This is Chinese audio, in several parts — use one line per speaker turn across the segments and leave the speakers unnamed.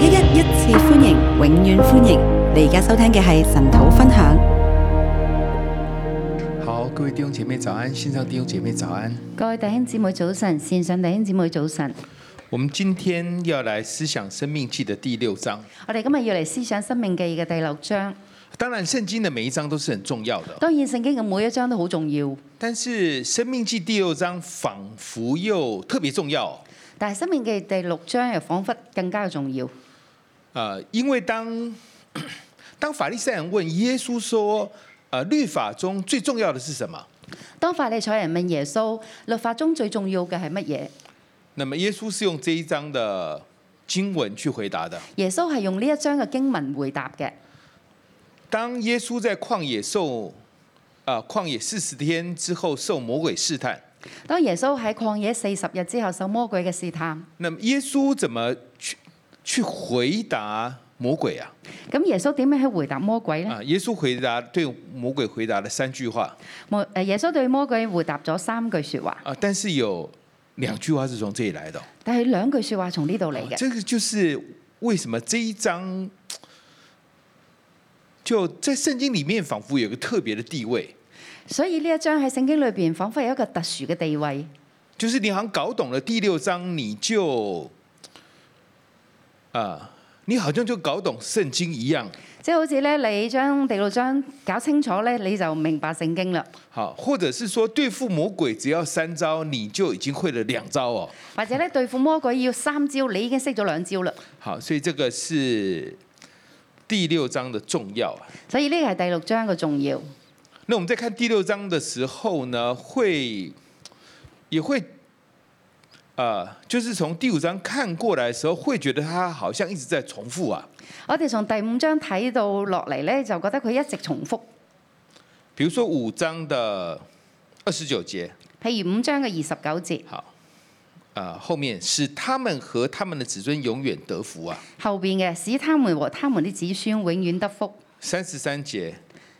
一一一次歡迎，永遠歡迎！你而家收聽嘅係神土分享。
好，各位弟兄姐妹早安，線上弟兄姐妹早安。
各位弟兄姊妹早晨，線上弟兄姊妹早晨。
我們今天要來思想《申命記》的第六章。
我哋今日要嚟思想《申命記》嘅第六章。
當然，聖經的每一章都是很重要的，
當然，聖經嘅每一章都好重要，
但是《申命記》第六章仿佛又特別重要。
但係《申命記》第六章又彷彿更加重要。
呃，因為 當當法利賽人問耶穌說，呃，律法中最重要的是什麼？
當法利賽人問耶穌律法中最重要嘅係乜嘢，
那麼耶穌是用這一章的經文去回答的。
耶穌係用呢一章嘅經文回答嘅。
當耶穌在曠野受，啊、曠野四十天之後受魔鬼試探，
當耶穌喺曠野四十日之後受魔鬼嘅試探，
那麼耶穌怎麼去去回答魔鬼啊？
咁耶穌點樣去回答魔鬼呢？
啊，耶穌回答對魔鬼回答了三句話
魔誒耶穌對魔鬼回答咗三句説話，
啊，但是有兩句話是從這裡來的哦、
但係兩句説話從呢度嚟嘅。
這個就是為什麼這一章就在聖經裡面仿佛有個特別的地位，
所以呢一章喺聖經裏邊，彷彿有一個特殊嘅地位，
就是你好像搞懂了第六章，你就啊，你好像就搞懂聖經一樣。
即係好似咧，你將第六章搞清楚咧，你就明白聖經啦。
好，或者是說對付魔鬼只要三招，你就已經會了兩招哦。
或者咧，對付魔鬼要三招，你已經識咗兩招啦。
好，所以這個是第六章的重要啊。
所以呢個係第六章嘅重要。
那我們在看第六章的時候呢，會也會。呃，就是從第五章看過來的時候，會覺得它好像一直在重複啊。
我哋從第五章睇到落嚟咧，就覺得佢一直重複。
比如說五章的二十九節，
譬如五章嘅二十九節
好，呃，後面使他們和他們的子孫永遠得福啊。
後邊嘅，使他們和他們的子孫永遠得福。
三十三節，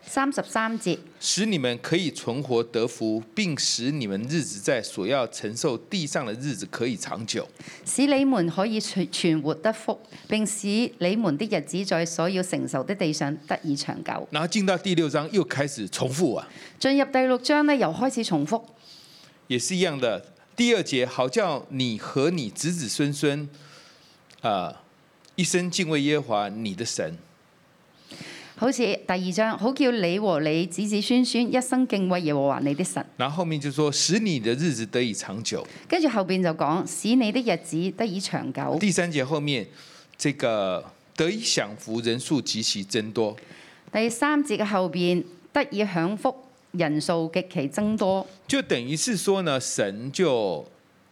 三十三節，
使你們可以存活得福，並使你們日子在所要承受地上的日子可以長久。
使你們可以存存活得福，並使你們的日子在所要承受的地上得以長久。
然後進到第六章又開始重複啊，
進入第六章咧，又開始重複。
也是一樣的。第二節，好叫你和你子子孫孫，啊、一生敬畏耶和華你的神。
好似第二章，好叫你和你子子孫孫一生敬畏耶和華你的神。
然後後面就說，使你的日子得以長久。
跟住後邊就講，使你的日子得以長久。
第三節後面，這個得以享福人數極其增多。
第三節嘅後邊得以享福，人數極其增多，
就等於是說呢，神就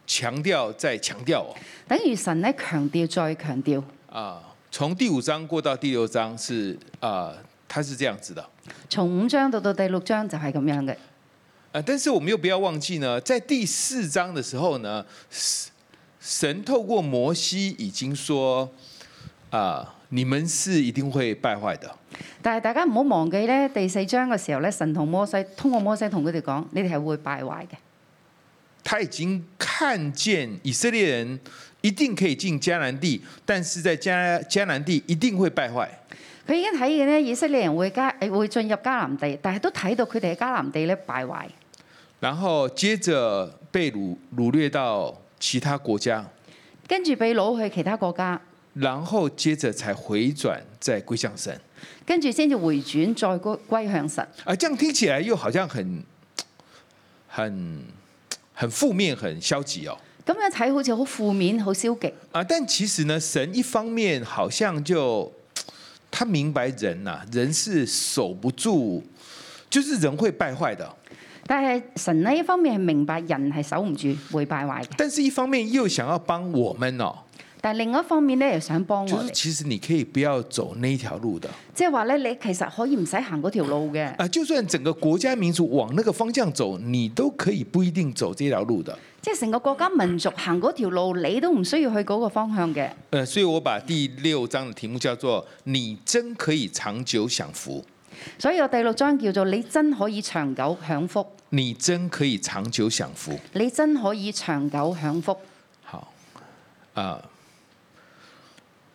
強調再強調哦
等於神咧強調再強調。
啊，從第五章過到第六章是啊，它是這樣子的
從五章到到第六章就係咁樣嘅。
啊，但是我們又不要忘記呢，在第四章的時候呢，神神透過摩西已經說啊，你們是一定會敗壞的，
但係大家唔好忘記咧，第四章嘅時候咧，神同摩西通過摩西同佢哋講：你哋係會敗壞嘅。
他已經看見以色列人一定可以進迦南地，但是在迦迦南地一定會敗壞。
佢已經睇見咧，以色列人會加誒會進入迦南地，但係都睇到佢哋喺迦南地咧敗壞，
然後接着被擄擄掠到其他國家，
跟住被擄去其他國家，
然後接着才回轉，再歸向神。
跟住先至回轉再歸歸向神。
啊，這樣聽起來又好像很、很、很負面、很消極哦。
咁樣睇好似好負面、好消極，
啊，但其實呢，神一方面好像就他明白人呐、人是守不住，就是人會敗壞的。哦
但係神呢一方面係明白人係守唔住會敗壞嘅，
但是一方面又想要幫我們哦，
但係另一方面咧又想幫
就
我
是
哋，
其實你可以不要走那一條路的。
即係話咧你其實可以唔使行嗰條路嘅，
啊，就算整個國家民族往那個方向走，你都可以不一定走這條路的。
即係成個國家民族行嗰條路你都唔需要去嗰個方向嘅。
呃，所以我把第六章的題目叫做“你真可以長久享福，
所以我第六章叫做你真可以長久享福，
你真可以長久享福
你真可以長久享福。”。
好，啊、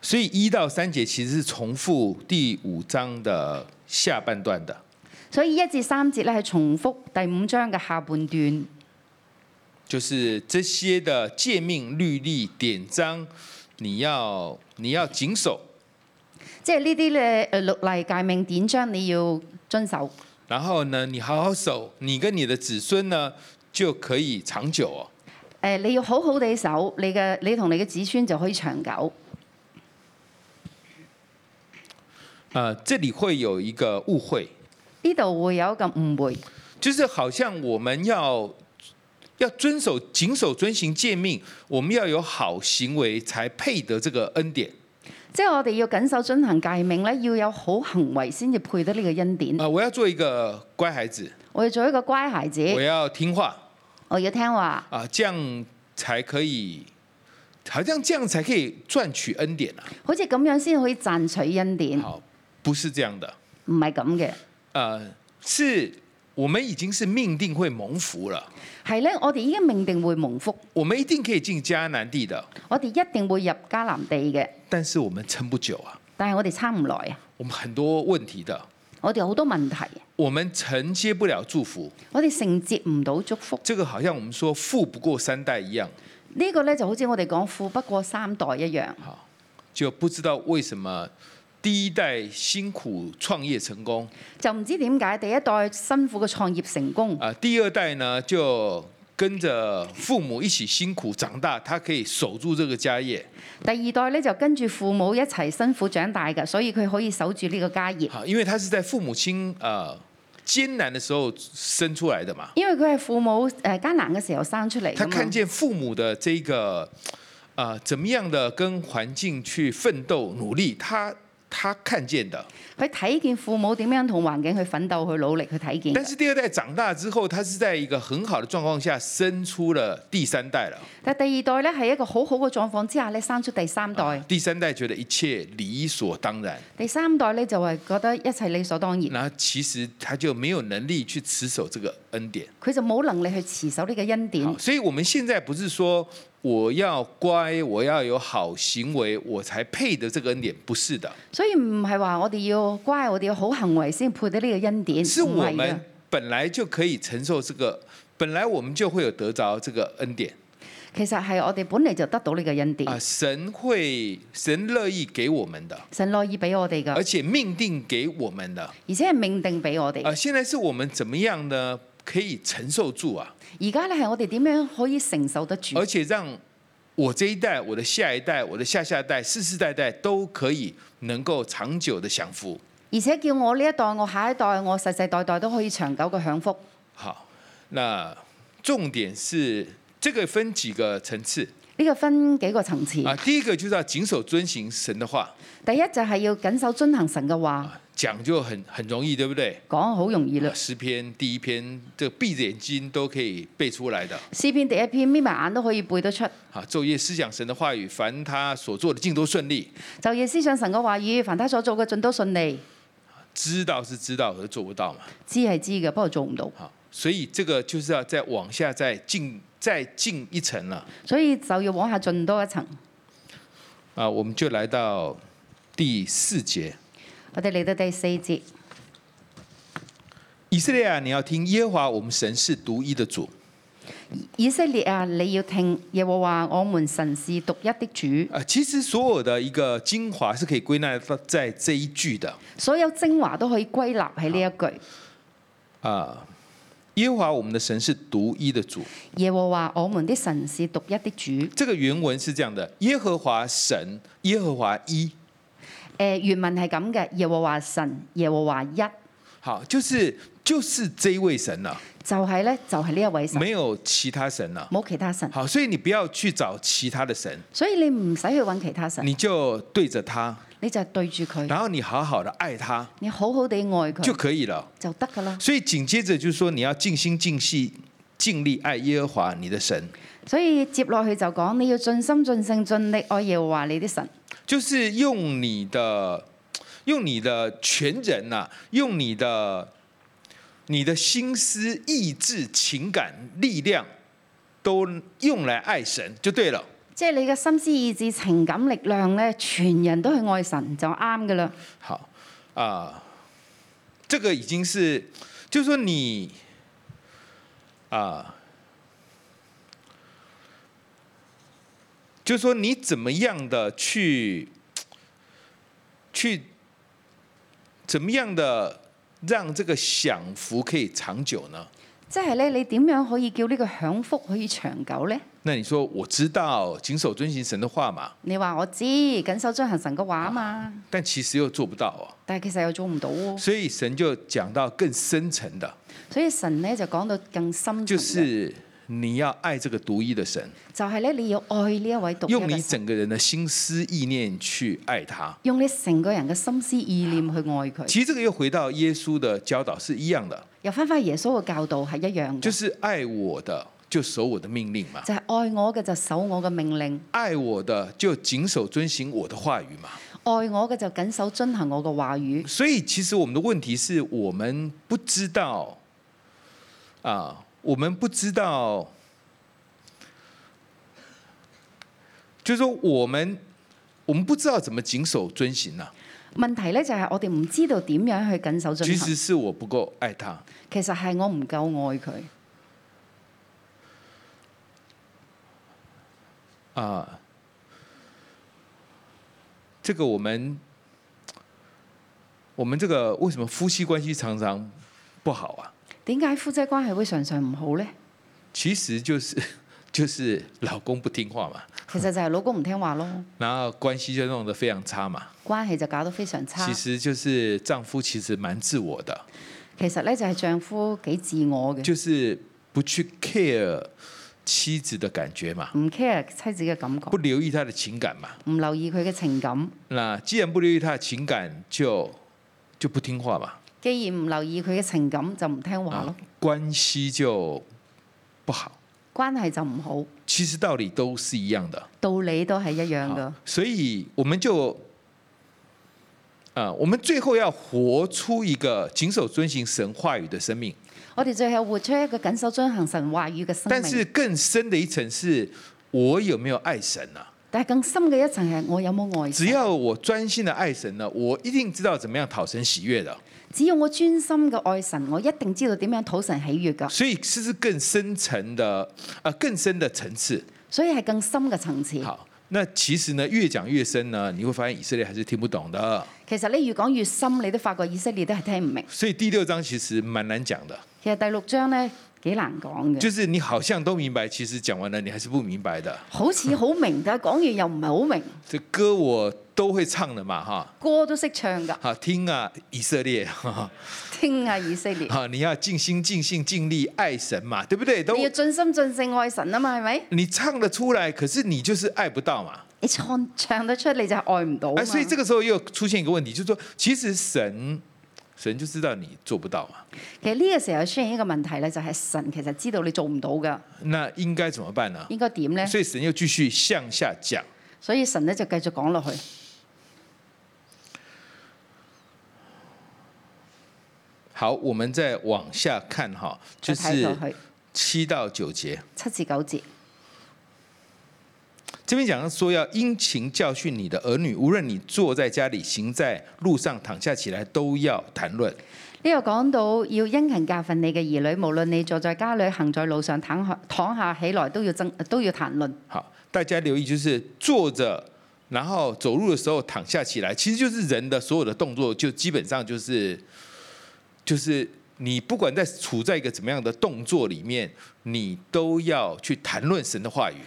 所以一到三节其实是重复第五章的下半段的。
所以一至三節咧係重複第五章嘅下半段，
就是这些的诫命、律例、典章，你要你要谨守，
即係呢啲咧誒律例誡命典章你要遵守，
然后呢，你好好守，你跟你的子孙呢就可以长久哦。
誒、呃你要好好地守，你嘅你同你嘅子孫就可以長久。
呃，这里会有一个误会，
呢度會有一個誤會，
就是好像我们要要遵守、谨守、遵行诫命，我们要有好行为才配得这个恩典。
即係我哋要緊守遵行誡命咧，要有好行為先至配得呢個恩典。
呃，我要做一个乖孩子，
我要做一個乖孩子，
我要听话
我要聽話，
啊、这样才可以，好像这样才可以赚取恩典啊。
好似咁樣先可以賺取恩典，
好，不是这样的，
唔係咁嘅。
呃，是我们已经是命定会蒙福了，
係咧，我哋已經命定會蒙福，
我们一定可以进迦南地的，
我哋一定會入迦南地嘅，
但是我们撑不久啊，
但係我哋撐唔來啊！
我们很多问题的，
我哋有好多問題，
我们承接不了祝福，
我哋承接唔到祝福。
这个好像我们说富不过三代一样，
呢個咧就好似我哋講富不過三代一樣，
就不知道为什么啊第一代辛苦创业成功，
就唔知點解第一代辛苦嘅創業成功，
啊、第二代呢就。跟着父母一起辛苦长大，他可以守住这个家业。
第二代咧就跟住父母一齊辛苦長大嘅，所以佢可以守住呢個家業。
啊好，因为他是在父母亲呃艰难的时候生出来的嘛，
因為佢係父母誒艱難嘅時候生出嚟
他
㗎
看
嘛，
见父母的这个呃怎么样的跟环境去奋斗努力，他他看见的。
佢睇見父母點樣同環境去奮鬥、去努力、去睇見
但
㗎。
是第二代长大之后，他是在一个很好的状况下生出了第三代了。
但第二代咧係一個好好嘅狀況之下咧生出第三代，
啊第三代觉得一切理所当然，
第三代咧就係覺得一切理所當然，
那其实他就没有能力去持守这个恩典。
佢就冇能力去持守呢個恩典
好，。所以我们现在不是说我要乖，我要有好行为，我才配得这个恩典，不是的，
所以唔係話我哋要乖，我哋要好行為先配得呢個恩典，
是
唔
我
係嘅
们。本来就可以承受这个，本来我们就会有得着这个恩典
其實係我哋本嚟就得到呢個恩
啊、
典，
神会，神乐意给我们的，
神樂意俾我哋噶，
而且命定给我们的。
而且係命定俾我哋。
啊，现在是我们怎么样呢？可以承受住啊，
而家咧係我哋點樣可以承受得住
而，且让我这一代、我的下一代、我的下下代、世世代代都可以能够长久的享福。
而且叫我呢一代、我下一代、我世世代代都可以長久嘅享福。
好，那重点是这个分几个层次
呢個分幾個層次，
啊。第一个就是要谨守遵行神的话，
第一就係要緊守遵行神嘅話，
讲就很很容易，对不对？
講好容易啦。
诗篇第一篇，这个闭着眼睛都可以背出来的。
詩篇第一篇眯埋眼都可以背得出，
啊，昼夜思想神的话语，凡他所做的尽都顺利。
就夜思想神嘅話語，凡他所做嘅盡都順利。
知道是知道，可是做不到嘛。
知係知嘅，不過做唔到，
好，所以这个就是要再往下再进再进一层了。
所以就要往下進多一層。
啊，我们就来到第四节。
我哋嚟到第四節，
以色列啊，你要听耶和华我们神是独一的主。
以色列啊，你要聽耶和華我們神是獨一的主。
啊，其实所有的一个精华是可以归纳到在这一句的
所有精華都可以歸納喺呢一句：
啊。耶和华我们的神是独一的主。
耶和華我們的神是獨一的主。
这个原文是这样的：耶和华神，耶和华一。
誒、呃原文係咁嘅，耶和華神，耶和華一，就
好，就是就是这一位神了、
係、呢，咧，就係、呢一位神，
没有其他神了、
冇其他神，
好，所以你不要去找其他的神，
所以你唔使去揾其他神，
你就对着他，
你就係對住佢，
然后你好好的爱他
你好好地愛佢
就可以了。
就得㗎啦。
所以紧接着就是说，你要尽心尽细、尽力爱耶和华你的神，
所以接落去就講你要盡心盡性盡力愛耶和華你啲神，
就是用你的、用你的全人呐、用你的、你的心思、意志、情感、力量，都用来爱神就对了。
即係你嘅心思意志、情感力量咧，全人都去愛神就啱噶啦。
好啊、这个已经是，就是说你啊、就是说你怎么样的去去怎么样的让这个享福可以长久呢？
即係咧，你點樣可以叫呢個享福可以長久咧？
那你说我知道谨守遵行神的话嘛，
你話我知緊守遵行神嘅話啊嘛，
但其实又做不到哦，
但係其實又做唔到喎。
所以神就讲到更深层的，
所以神咧就講到更深層嘅
就是你要爱这个独一的神。
就係咧，你要愛呢一位獨一
用你
嘅神，
整个人的心思意念去爱他。
用你成啊個人嘅心思意念去愛佢。
其实这个又回到耶穌的教導是一樣的，
又翻返耶穌嘅教導係一樣嘅，
就
就是啊
愛我的就守我的命令嘛，
係愛我嘅就守我嘅命令，
愛我的就谨守遵行我的話語嘛。
愛我嘅就緊守遵行我嘅話語。
所以其實我們的問題是我們不知道啊，我們不知道，就是说我們我們不知道怎麼谨守遵行啊呐、
問題咧就係我哋唔知道點樣去緊守遵
其
行
實，是我不夠愛他。
其實係我唔夠愛佢。
啊，这个我们我们这个为什么夫妻关系常常不好啊？
點解夫妻關係會常常唔好咧？
其实就是就是老公不听话嘛，
其實就係老公唔聽話咯，
然後关系就弄得非常差嘛。
關係就搞得非常差
其。實就是丈夫其實蠻自我的，
其實咧就係丈夫幾自我嘅，
就是不去 care 妻子的感覺嘛，
唔 care 妻子嘅感覺
不，留意她的情感嘛。
唔留意佢嘅情感。
那既然不留意她的情感，就就不听话嘛。
既然唔留意佢嘅情感，就唔聽話咯
啊，，关系就不好。
關係就唔好，
其实道理都是一样的，
道理都係一樣
好
噶。
所以我们就啊、我们最后要活出一个谨守遵行神话语的生命。
我哋最後活出一個緊守遵行神話語嘅生
但是
命，
更深的一层是，我有没有爱神呢、啊？
但係更深嘅一層係我有冇愛
只
神。
要我专心的爱神呢，我一定知道怎么样讨神喜悦的。
只要我專心嘅愛神，我一定知道點樣討神喜悅噶。
所以这是更深层的，呃，更深的层次。
所以係更深嘅層次。
好，那其实呢，越讲越深呢，你会发现以色列还是听不懂的。
其實你越講越深，你都發覺以色列都係聽唔明。
所以第六章其实蛮难讲的，
其實第六章咧幾難講嘅，
就是你好像都明白，其实讲完了你還是不明白的。
好似好明，但係講完又唔係好明，
这歌我都會唱的嘛，哈，
歌都識唱㗎。
好听啊，以色列， 哈哈
聽啊，以色列，
好，你要尽心尽性尽力爱神嘛，对不对？都
你要盡心盡性愛神啊嘛，係咪？
你唱得出來，可是你就是愛不到嘛。
你唱唱得出你就係愛唔到啊嘛
哎，所以這個時候又出現一個問題，就是說，其實神神就知道你做不到嘛，
其實呢個時候出現一個問題咧，就係神其實知道你做唔到㗎，
那應該怎麼辦呢？
應該點咧？
所以神又繼續向下講。
所以神咧就繼續講落去。
好，我們再往下看哈，
再
就
睇
是
落去
七到九节。
七至九節，
这边讲说要殷勤教训你的儿女，无论你坐在家里、行在路上、躺下起来，都要谈论。
呢度講到要殷勤教訓你嘅兒女，無論你坐在家裏、行在路上、躺下躺下起來，都要爭都要談論。
好，大家留意，就是坐着，然后走路的时候躺下起来，其实就是人的所有的动作，就基本上就是，就是你不管在处在一个怎么样的动作里面，你都要去谈论神的话语。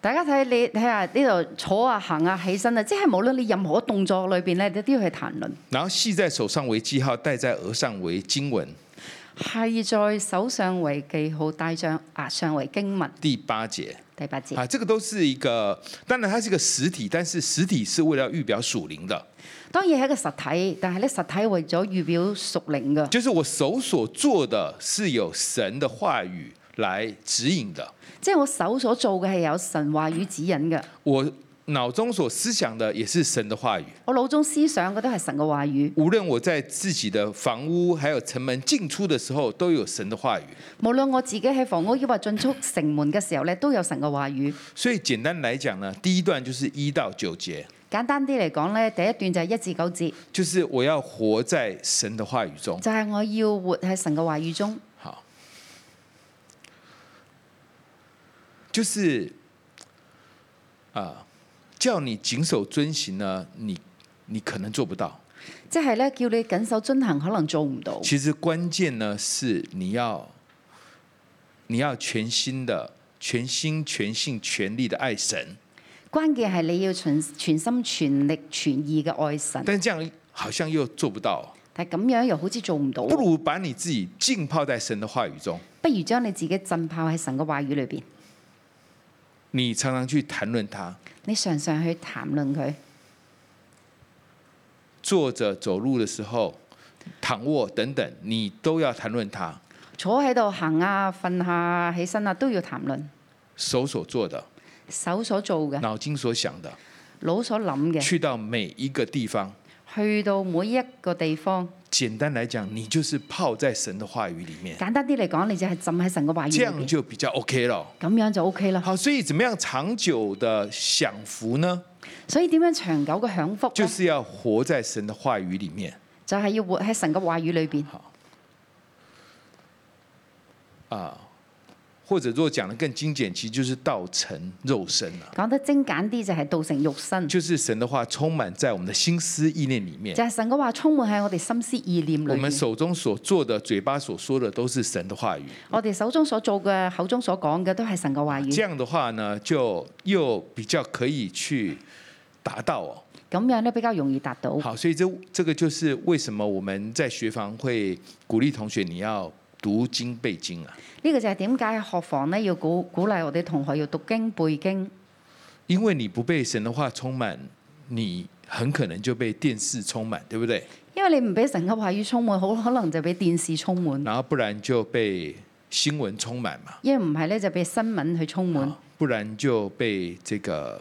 大家睇你睇下呢度坐啊、行啊、起身啊，即係無論你任何動作裏邊咧，你都要去談論。
然后系在手上为记号，戴在额上为经文。
係在手上為記號，戴上額上為經文。
第八节。
第八節，
啊，这个都是一个，当然它是一个实体，但是实体是为了要预表属灵的，
當然係一個實體，但係咧實體為咗預表屬靈嘅，
就是我手所做的是有神的话语来指引的，
即係我手所做嘅係有神話語指引嘅。
我脑中所思想的也是神的话语。
我腦中思想嘅都係神嘅話語，
无论我在自己的房屋还有城门进出的时候，都有神的话语。
無論我自己喺房屋抑或進出城門嘅時候咧，都有神嘅話語。
所以简单来讲呢，第一段就是一到九节，
簡單啲嚟講咧，第一段就係一至九節，
就是我要活在神的话语中。
就係、我要活喺神嘅話語中。
好，就是啊、叫你谨守遵行呢，你你可能做不到。
即係咧，叫你緊守遵行，可能做唔到。
其实关键呢是你要你要全心的、全心、全性、全力的爱神，
關鍵係你要全全心全力全意嘅愛神，
但这样好像又做不到。
但係咁樣又好似做唔到。
不如把你自己浸泡在神的话语中，
不如將你自己浸泡喺神嘅話語裏邊，
你常常去谈论它，
你常常去談論佢。
坐着走路的时候，躺卧等等，你都要谈论它。
坐喺度行啊、瞓下、起身啊，都要談論。
手所做的、
手所做嘅、
脑筋所想的，
腦所諗嘅，
去到每一个地方。
去到每一個地方，
简单来讲，你就是泡在神的话语里面，
簡單啲嚟講，你就係浸喺神嘅話語
这
裏
样
邊，
就比较 OK 了。
咁樣就 OK 啦。
好，所以怎么样长久的享福呢？
所以點樣長久嘅享福呢？
就是要活在神的话语里面。
就係要活喺神嘅話語裏邊。
啊或者若讲的更精简，其实就是道成肉身了、
講得精簡啲就係道成肉身，就
就是神的话充满在我們的心思意念里面。
係神嘅話充滿喺我哋心思意念裏
我們
邊。
手中所做的、嘴巴所说的，都是神的话语。
我哋手中所做嘅、口中所講嘅都係神嘅話
这
語。
样的话呢，就又比较可以去达到哦。
咁樣咧比較容易達到。
好，所以这这个就是为什么我们在学房会鼓励同学你要读经背经啊，
呢個就係點解學房咧要鼓鼓勵我哋同學要讀經背經，
因为你不被神的话充滿，你很可能就被電視充滿，对不对？
因為你唔俾神嘅話語充滿，好可能就俾電視充滿，
然后不然就被新闻充滿嘛，
因為唔係咧就俾新聞去充滿，
不然就被这个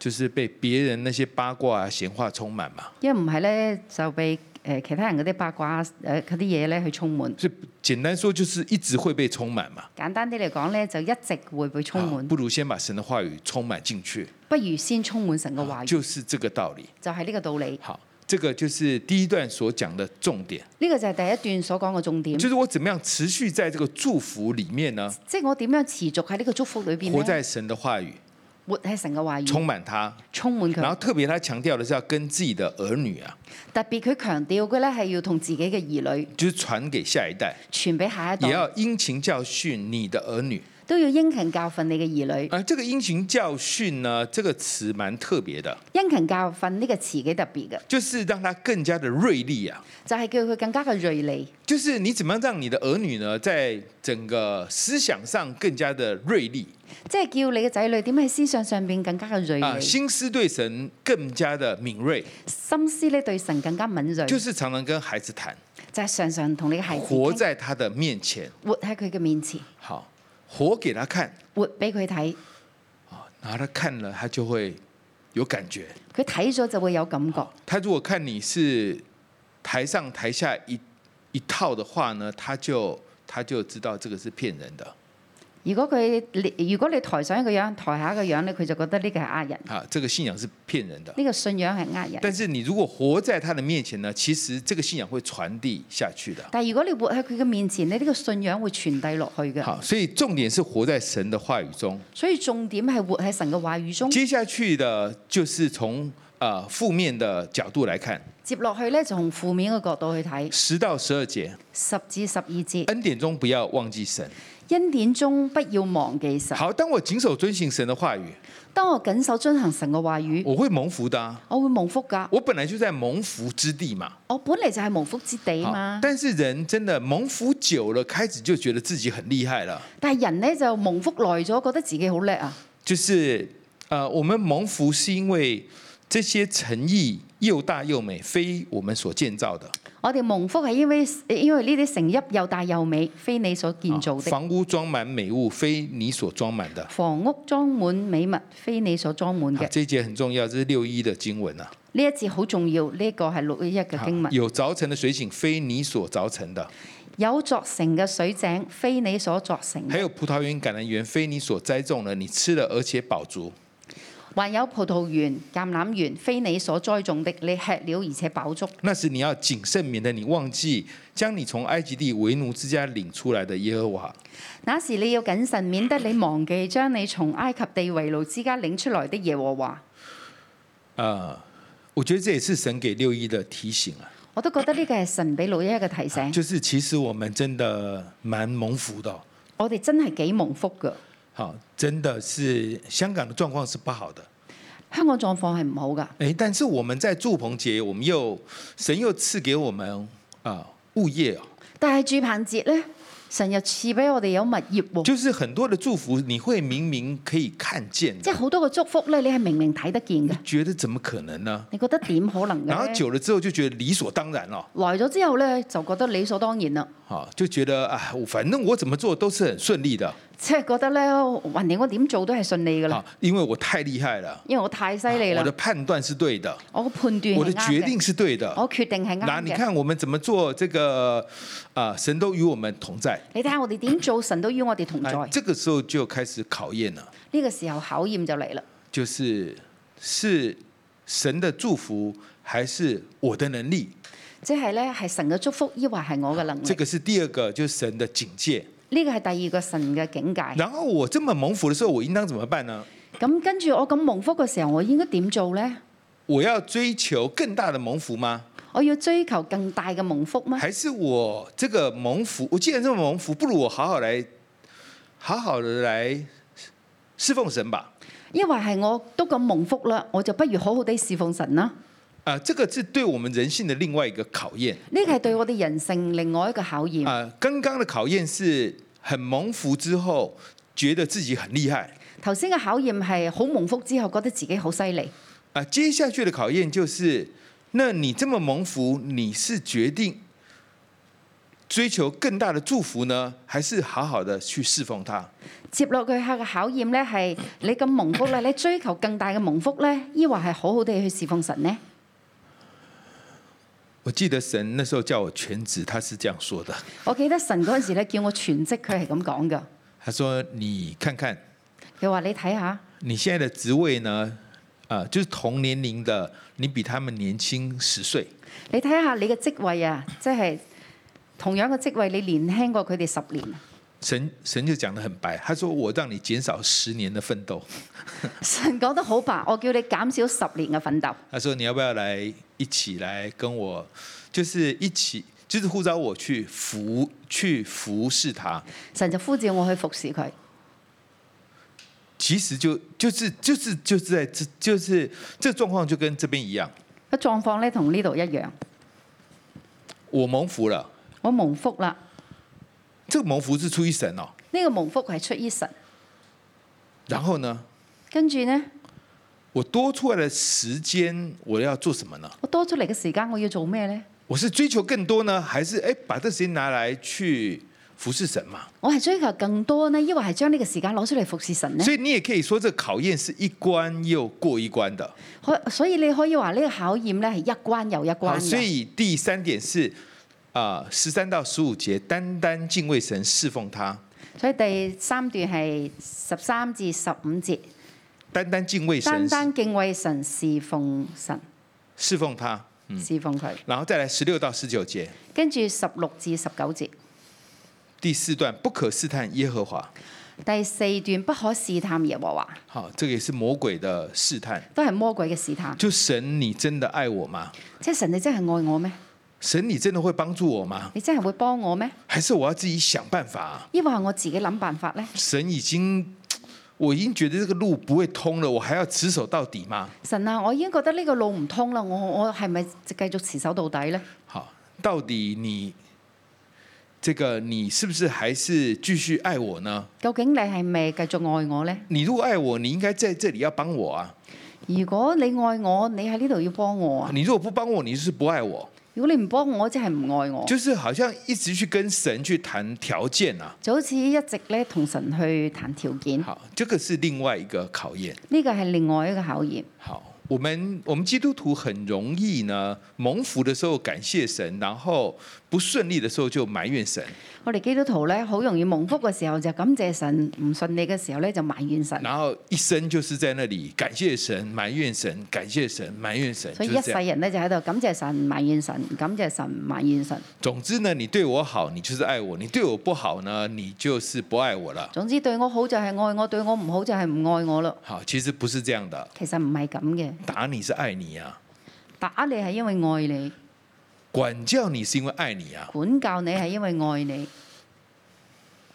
就是被别人那些八卦啊、闲话充滿嘛。
因為唔係咧就俾誒、呃其他人嗰啲八卦誒嗰啲嘢咧去充滿。
所以简单说就是一直会被充滿嘛。
簡單啲嚟講咧，就一直會被充
好
滿，
不如先把神的话语充滿进去，
不如先充滿神嘅話語，
就是这个道理。
就係呢個道理。
好，这个就是第一段所讲的重点，
呢個就係第一段所講嘅重點，
就是我怎么样持续在这个祝福里面呢，
即係我點樣持續喺呢個祝福裏邊
活
咧，
在神的话語，
活喺神嘅話語，
充滿它。
充滿
然後
佢。
特別他強調的是要跟自己的儿女啊，
特別佢強調嘅咧係要同自己嘅兒女
就是傳给下一代，
傳俾下一
也
代，
要殷勤教训你的儿女。
都要殷勤教訓你嘅兒女。
而这个殷勤教训呢，这个词蛮特别的，
殷勤教訓呢個詞幾特別嘅，
就是让他更加的锐利啊。
就係、叫佢更加嘅鋭利，
就是你怎么样让你的儿女呢，在整个思想上更加的锐利
即係叫你嘅仔女點喺思想上邊更加嘅鋭
啊，
利，
心思对神更加的敏锐，
心思咧對神更加敏鋭，
就
就是
常常跟孩子谈，
係常常同你嘅孩子
活
傾
在他的面前，
活喺佢嘅面前，
好，活给他看，
活俾佢睇，
然后他看了，他就会有感觉。
佢睇咗就會有感覺。
他如果看你是台上台下一一套的话呢，他就他就知道这个是骗人的
如果佢你如果你台上一個樣，台下一個樣咧，佢就覺得呢個係呃人，呢、
啊，这个信仰是骗人的。
個信仰係呃人。
但是你如果活在他的面前呢，其实这个信仰会传递下去的。
但係如果你活喺佢嘅面前咧，呢、個信仰會傳遞落去嘅。
好，所以重點是活在神的話語中。
所以重點係活喺神嘅話語中。
接下去的就是從呃負面的角度來看，
接落去咧，就從負面嘅角度去睇
十到十二節，
十至十二節。
恩典中不要忘記神。
恩典中不要忘記神。
好，當我謹守遵行神的話語，
當我謹守遵行神嘅話語，
我會蒙福的、啊。
我會蒙福㗎。
我本來就在蒙福之地嘛。
我本嚟就係蒙福之地
好
嘛。
但是人真的蒙福久了，開始就覺得自己很厲害了。
但係人咧就蒙福耐咗，覺得自己好叻啊。
就是呃，我們蒙福是因為這些诚意又大又美，非我們所建造的。
我哋蒙福係因為因為呢啲城邑又大又美，非你所建造的；
房屋装满美物，非你所装满的。
房屋裝滿美物，非你所裝滿
好
嘅。
这一节很重要，这是六一的经文啊。
呢一節好重要，呢、個係六一一嘅經文。
有凿成的水井，非你所凿成的；
有作成嘅水井，非你所作成嘅
还有葡萄园、橄榄园，非你所栽种的。你吃了，而且饱足。
還有葡萄園、橄欖園，非你所栽種的，你吃了而且飽足。
那时你要谨慎，免得你忘记将你从埃及地为奴之家领出来的耶和华。
那時你要謹慎，免得你忘記將你從埃及地為奴之家領出來的耶和華。
呃，我觉得这也是神给六一的提醒啊，
我都覺得呢個係神俾老一一嘅提醒，
就是其实我们真的蛮蒙福的哦、
我哋真係幾蒙福噶。
好，真的是香港的状况是不好的。
香港狀況係唔好噶，
哎，但是我们在祝棚节，我们又神又赐给我们啊、物业、哦，
但係住棚節呢，神又賜俾我哋有物業喎，
就是很多的祝福，你会明明可以看见
即
的
係，好多個祝福呢，你係明明睇得見嘅，
觉得怎么可能呢？
你覺得點可能
然后
嘅呢？
久了之后就觉得理所當然了，
來咗之後呢，就覺得理所當然啦，
啊，就觉得啊，我反正我怎么做都是很顺利的，
即係覺得呢，橫掂我點做都係順利噶啦
啊，，因为我太厉害了，
因為我太犀利
我
啦
的，判断是对的，
我個判斷
我的
係
决
啱
定
嘅，
是对的。
我決定係
那
啱
你
嘅。
看我们怎么做这個啊、神都与我们同在。
你睇下我哋點做，神都與我哋同在。
哎，这個時候就開始考驗了，
呢個時候考驗就嚟啦，
就是是神的祝福还是我的能力？
即係呢，係神嘅祝福，抑或係我嘅能力
这。個是第二個，就是神的警戒。
呢個係第二個神嘅境界。
然後我這麼蒙福的時候，我應當怎麼辦呢？
咁跟住我咁蒙福嘅時候，我應該點做呢？
我要追求更大的蒙福嗎？
我要追求更大嘅蒙福嗎？
還是我這個蒙福，我既然這麼蒙福，不如我好好来，好好的來侍奉神吧。
抑或係我都咁蒙福啦，我就不如好好地侍奉神啦。
啊、這個是對我們人性的另外一個考驗。
呢個係對我哋人性另外一個考驗。
啊、剛剛的考驗是很蒙福之後，覺得自己很厲害。
頭先嘅考驗係好蒙福之後，覺得自己好犀利。
啊、接下去的考驗就是，那你這麼蒙福，你是決定追求更大的祝福呢，還是好好的去侍奉他？
接落去下嘅考驗呢，係你咁蒙福咧，你追求更大嘅蒙福呢，抑或係好好地去侍奉神呢？
我記得神那時候叫我全職，他是這樣說的。
我記得神嗰陣時咧叫我全職，佢係咁講噶。
他說：“你看看
佢話你睇下，
你現在的職位呢，啊、就是同年齡的，你比他們年輕十歲。
你睇下你嘅職位啊，即係同樣嘅職位，你年輕過佢哋十年。
神神就講得很白，他說：“我讓你減少十年的奮鬥。”
神講得好白，我叫你減少十年嘅奮鬥。
他说：“你要不要来一起来跟我，就是一起，就是呼召我去服去服侍他。
神就呼召我去服侍佢。
其实就就是就是就是在这就是这状况就跟这边一样，
個狀況咧同呢度一樣，
我蒙福了，
我蒙福啦。
这个蒙福是出于神哦。
呢、個蒙福係出於神，
然后呢，
跟住呢，
我多出来的时间我要做什么呢？
我多出嚟嘅時間，我要做咩呢？
我是追求更多呢，还是哎把这时间拿来去服侍神嘛？
我係追求更多呢，抑或係將呢個時間攞出嚟服侍神呢？
所以你也可以说，这考验是一关又过一关的。”
可所以你可以話呢個考驗咧係一關又一關
好，所
嘅。
以第三点是啊，十、三到十五节，单单敬畏神，侍奉他，
所以第三段係十三至十五節，
单单敬畏
單
神，
單敬畏神，侍奉神，
侍奉他。
侍奉佢。
然後再来十六到十九节，
跟住十六至十九節，
第四段不可试探耶和华。
第四段不可試探耶和華，
好，这个也是魔鬼的试探。
都係魔鬼嘅試探。
就神，你真的爱我吗？
即係神，你真係愛我咩？
神，你真的会帮助我吗？
你真係會幫我咩？
还是我要自己想办法啊、
抑或係我自己諗辦法呢？
神已经，我已经觉得这个路不会通了，我还要持守到底吗？
神啊，我已經覺得呢個路唔通啦，我我係咪繼續持守到底呢？
好，到底你这个你是不是还是继续爱我呢？
究竟你係咪繼續愛我呢？
你如果爱我，你应该在这里要帮我啊。
如果你愛我，你喺呢度要幫我啊！
你如果不幫我，你就是不愛我，
如果你唔幫我，即係唔愛我。啊
就是好像一直去跟神去談條件啊。
就好似一直咧同神去談條件，
好，這個是另外一個考驗。
呢個係另外一個考驗。
好，我們我們基督徒很容易呢，蒙福的時候感謝神，然後不順利的時候就埋怨神，
我哋基督徒咧好容易蒙福嘅時候就感謝神，唔順利嘅時候咧就埋怨神，
然後一生就是在那裡感謝神、埋怨神、感謝神、埋怨神，
所
就
以
是
一
這
世
樣。
人咧就喺度感謝神、埋怨神、感謝神、埋怨神。
總之呢，你對我好，你就是愛我；你對我不好呢，你就是不愛我了。
總之對我好就係愛我，對我唔好就係唔愛我咯。
好，其實不是這樣的，
其實唔係咁嘅，
打你是愛你啊，
打你係因為愛你，
管教你是因為愛你啊，
管教你係因為愛你，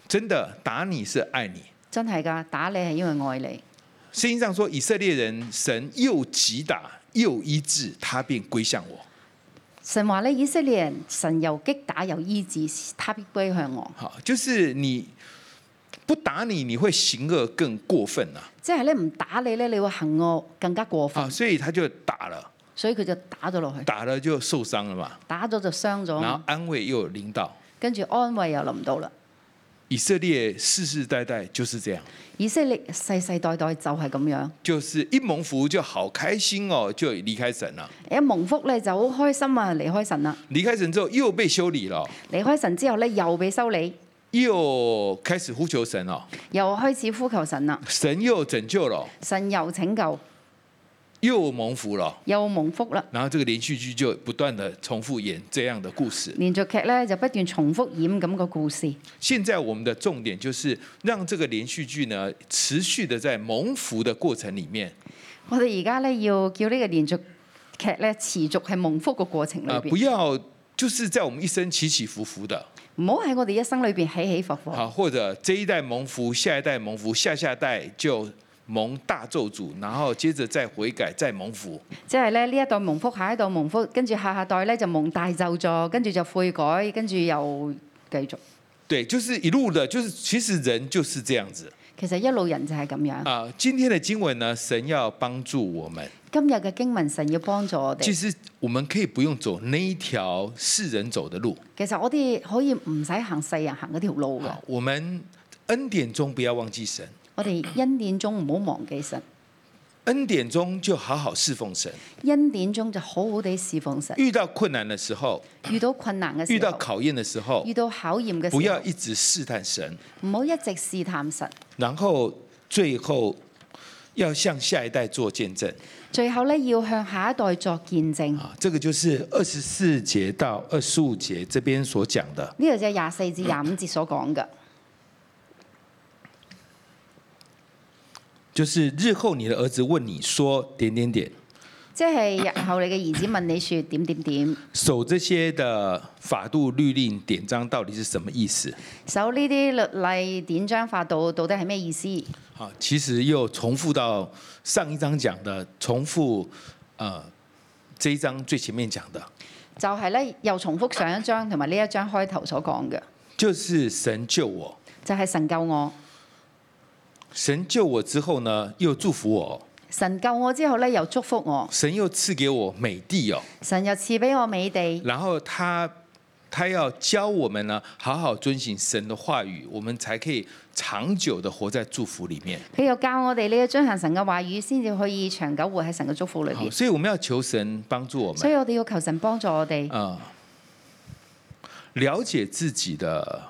真的打你是愛你。
真係㗎，打你係因為愛你。
聖經上說，以色列人神又擊打又醫治，他便歸向我。
神話咧，以色列人神又擊打又醫治，他必歸向我。
好，就是你不打你，你會行惡更過分啊！
即係咧唔打你咧，你會行我更加過分
好，，所以他就打了，
所以佢就打咗落去，
打了就受傷了嘛，
打咗就傷咗
然後
我，
安慰又有領導。
跟住安慰又臨到啦。
以色列世世代代就是這樣，
以色列世世代代就係咁樣，
就是一蒙福就好開心哦，就離開神了。
一蒙福咧就好開心啊！離開神啦，
離開神之後又被修理了，
離開神之後咧又被修理，
又開始呼求神了，
又開始呼求神啦，
神又拯救了，
神又拯救，
又蒙福了。
又蒙福啦。
然後這個連續劇就不斷的重複演這樣的故事。
連續劇咧就不斷重複演咁個故事。
現在我們的重點就是讓這個連續劇呢，持續的在蒙福的過程裡面，
我哋而家咧要叫呢個連續劇咧持續係蒙福個過程裏
呃，不
邊，
要就是在我們一生起起伏伏的，
唔好喺我哋一生裏邊起起伏伏。
好，啊或者這一代蒙福，下一代蒙福，下下代就蒙大咒詛，然後接着再悔改，再蒙福。
即係咧呢一代蒙福，下一代蒙福，跟住下下代咧就蒙大咒助，跟住就悔改，跟住又繼續。
對，就是一路的，就是其實人就是這樣子
其實一路人就係咁樣。
啊、今天的經文呢，神要幫助我們，
今日嘅經文神要幫助我
其
哋，
實我們可以不用走那一條世人走的路。
其實我哋可以唔使行世人行嗰條路㗎。
好，啊我們恩典中不要忘記神。
我哋恩典中唔好忘記神，
恩典中就好好侍奉神，
恩典中就好好地侍奉神。
遇到困難的時候，
遇到困難嘅
遇
時
到
候，
考驗的時候
遇，到考驗嘅
不
時
要
候，
一直試探神，
唔好一直試探神。
然後最後要向下一代做見證
最後咧，要向下一代作見證。
啊！这个就是二十四節到二十五節這邊所講的。
呢度就係廿四至廿五節所講嘅。
就是日後你的兒子問你說點點點，
即係日後你嘅兒子問你説點點點，
守這些的法度律令典章到底是什麼意思？
守呢啲律例典章法度到底係咩意思？
好，啊其實又重複到上一章講的，重複呃這一章最前面講的，
就係、咧又重複上一章同埋呢一章開頭所講嘅，
就是神救我，
就係、神救我，
神救我之後呢，又祝福我，
神救我之後咧又祝福我，
神又賜給我美地哦，
神又賜俾我美地，
然後他他要教我們呢，好好遵行神的話語，我們才可以長久的活在祝福裡面。
佢又教我哋呢一遵行神嘅話語，先至可以長久活喺神嘅祝福裏
好，
邊。
所以我們要求神幫助我
所
們
以我哋要求神幫助我哋
啊、呃了解自己的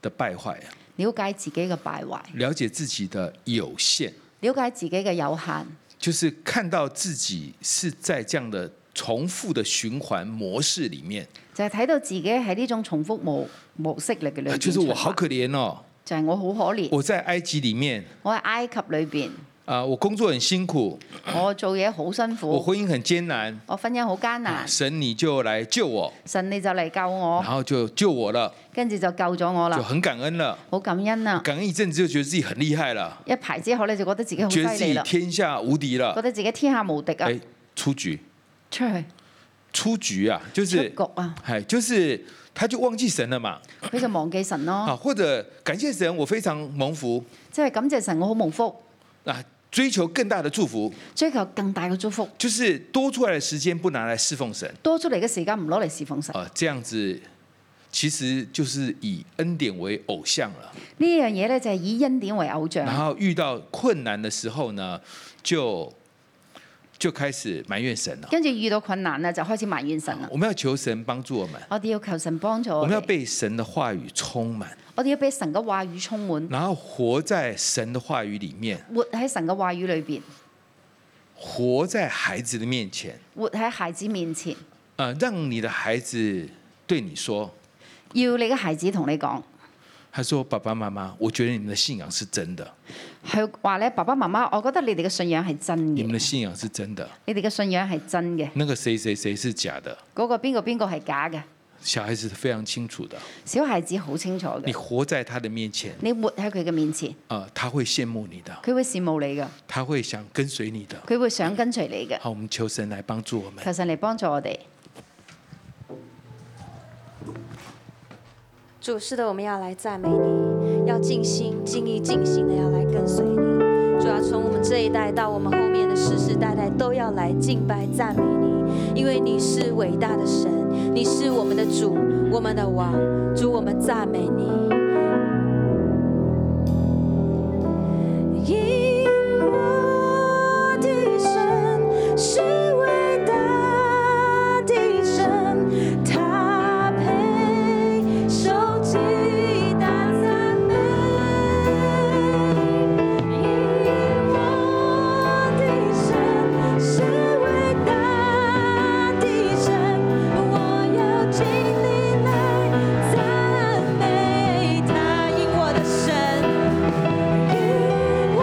的敗壞，
了解自己嘅敗壞，
了解自己的有限。
了解自己嘅有限，
就是看到自己是在這樣的重複的循環模式裡面，
就係、睇到自己喺呢種重複模模式嚟嘅裏邊。
啊就是我好可憐哦，
就係我好可憐，
我在埃及裡面
我喺埃及裏邊，
啊、我工作很辛苦，
我做嘢好辛
我
苦，
婚姻很艱難，
我婚姻好艱難，
啊神你就來救我，
神你就嚟救
然
我，
後就救我了，
跟住就救咗我
啊就
啦，
很感恩了。
好感恩啊！
感恩一陣子就覺得自己很厲害了，
一排之後咧就覺得自己好犀
覺得自
利
己
啦，
天下無敵
覺
了，
得自己天下無敵啊！
哎，出局，
出去
出局啊，就
出
是
局啊！
哎，就是他就忘記神了嘛，啊
佢就忘記神咯，
啊，或者感謝神，我非常蒙福
即係感謝神，我好蒙福。
啊，追求更大的祝福，
追求更大嘅祝福，
就是多出来的時間不拿來侍奉神
多出嚟嘅時間唔攞嚟侍奉神。
啊、這樣子其實就是以恩典為偶像了。
呢樣嘢咧就係以恩典為偶像，
然後遇到困難的時候呢，就就開始埋怨神了。
跟住遇到困難啊咧就開始埋怨神啦。
我們要求神幫助我們，
我哋要求神幫助
啊我
我
們要
哋，
被神的話語充滿，
我哋要俾神嘅話語充滿，
然後活在神的話語裡面，
活喺神嘅話語裏邊，
活在孩子的面前，
活喺孩子面前，
呃，讓你的孩子對你說。
要你嘅孩子同你講，
他說：“爸爸媽媽，我覺得你們的信仰是真的，
佢話咧爸爸媽媽，我覺得你哋嘅信仰係真
你
嘅
們，的信仰是真的。
你哋嘅信仰係真嘅，
那個誰誰誰是假的，
嗰個邊個邊個係假嘅，
小孩子是非常清楚的。
小孩子好清楚
你
嘅，
活在他的面前，
你活喺佢嘅面前，
呃，他會羨慕你的，
佢會羨慕你嘅，
他會想跟隨你的。
佢會想跟隨你嘅，
好，我們求神來幫助我們。
求神嚟幫助我哋。
主，是的，我们要来赞美你，要尽心、尽意、尽心的要来跟随你。主要啊从我们这一代到我们后面的世世代代都要来敬拜赞美你，因为你是伟大的神，你是我们的主，我们的王。主，我们赞美你。因我的神是伟大的神，他配受极大赞美。因我的神是伟大的神，我要尽力来赞美他。因我的神。我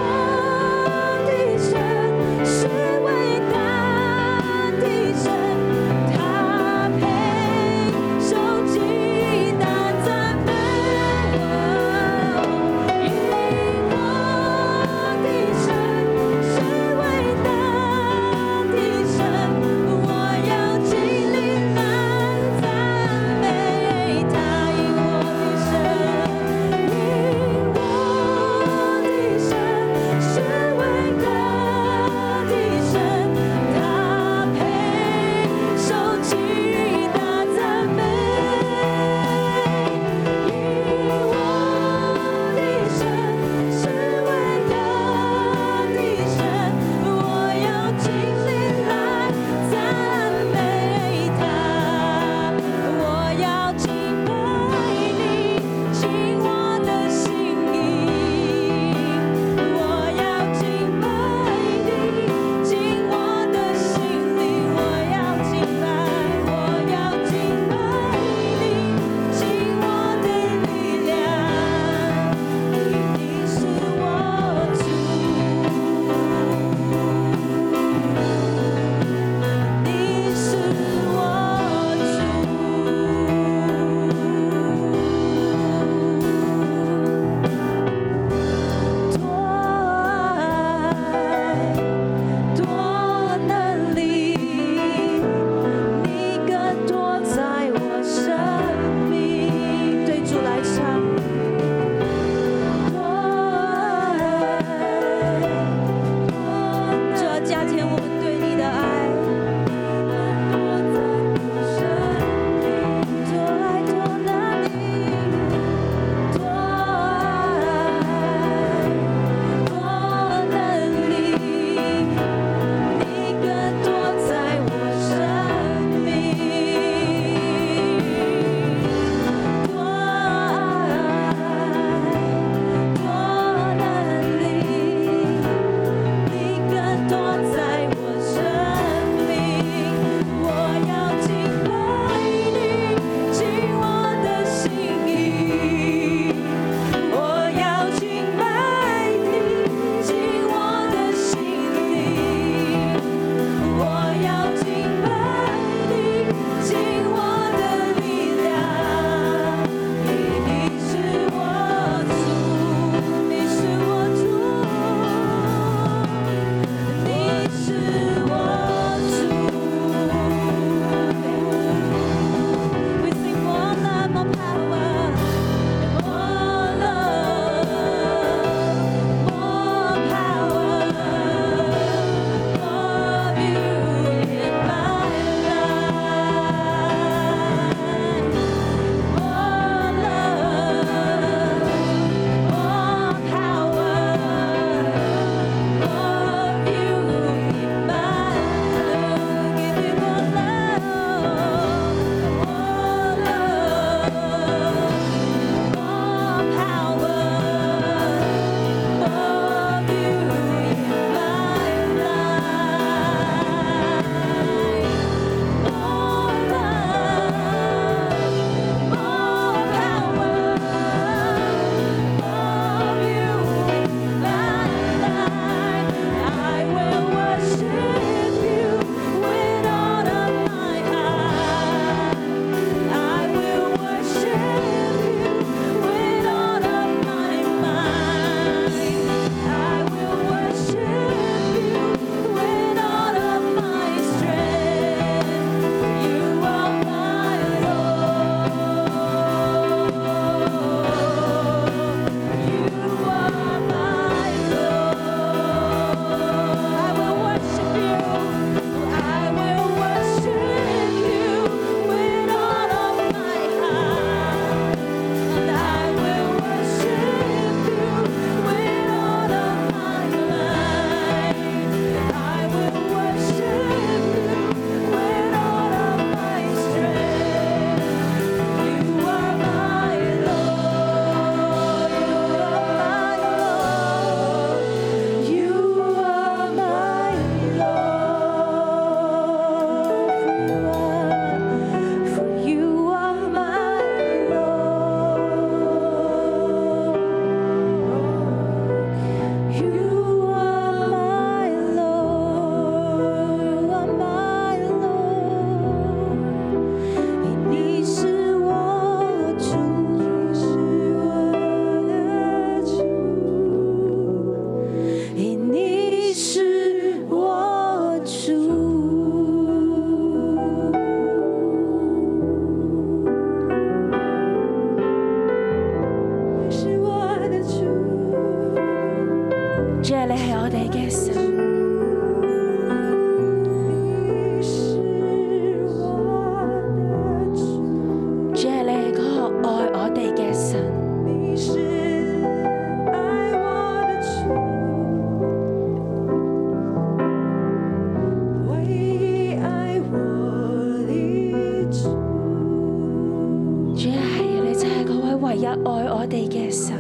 啊哋嘅神。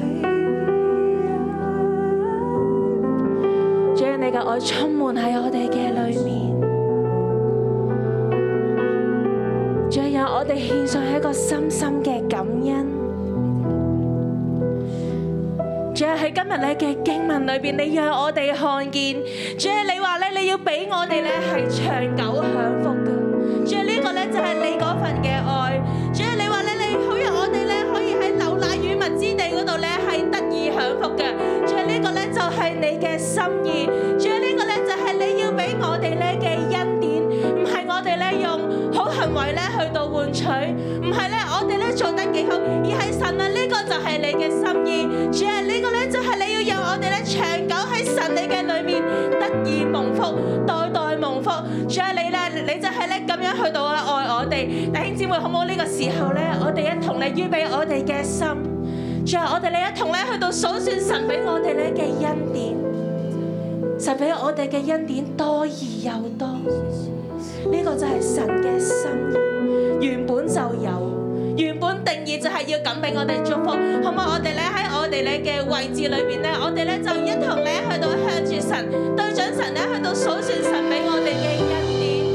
主，你嘅愛充滿喺我哋嘅裏面。主，有我哋獻上一個深深嘅感恩。主啊喺今日你嘅經文裏邊，你讓我哋看見，主啊你話咧，你要俾我哋咧係長久享福嘅。主啊呢個咧就係你嗰份嘅愛。主啊你話咧，你好讓我哋咧可以喺流奶與蜜之地嗰度咧係得以享福嘅。主啊呢個咧就係你嘅心意。主啊呢個咧就係你要俾我哋咧嘅恩典，唔係我哋咧用好行為咧去到換取，唔係咧我哋咧做得幾好，而係神啊呢個就係你嘅心意。主啊呢個咧就係你要讓我哋咧長久喺神你嘅裏面得以蒙福，代代蒙福。主啊你咧你就係咧咁樣去到咧愛我哋弟兄姊妹，好唔好？呢個時候咧，我哋一同咧預備我哋嘅心。主啊，我哋咧一同咧去到數算神俾我哋咧嘅恩典，神俾我哋嘅恩典多而又多。呢個就係神嘅心意，原本就有，原本定義就係要咁俾我哋祝福，好唔好？我哋咧喺我哋咧嘅位置裏邊咧，我哋咧就一同咧去到向住神，對準神咧去到數算神俾我哋嘅恩典。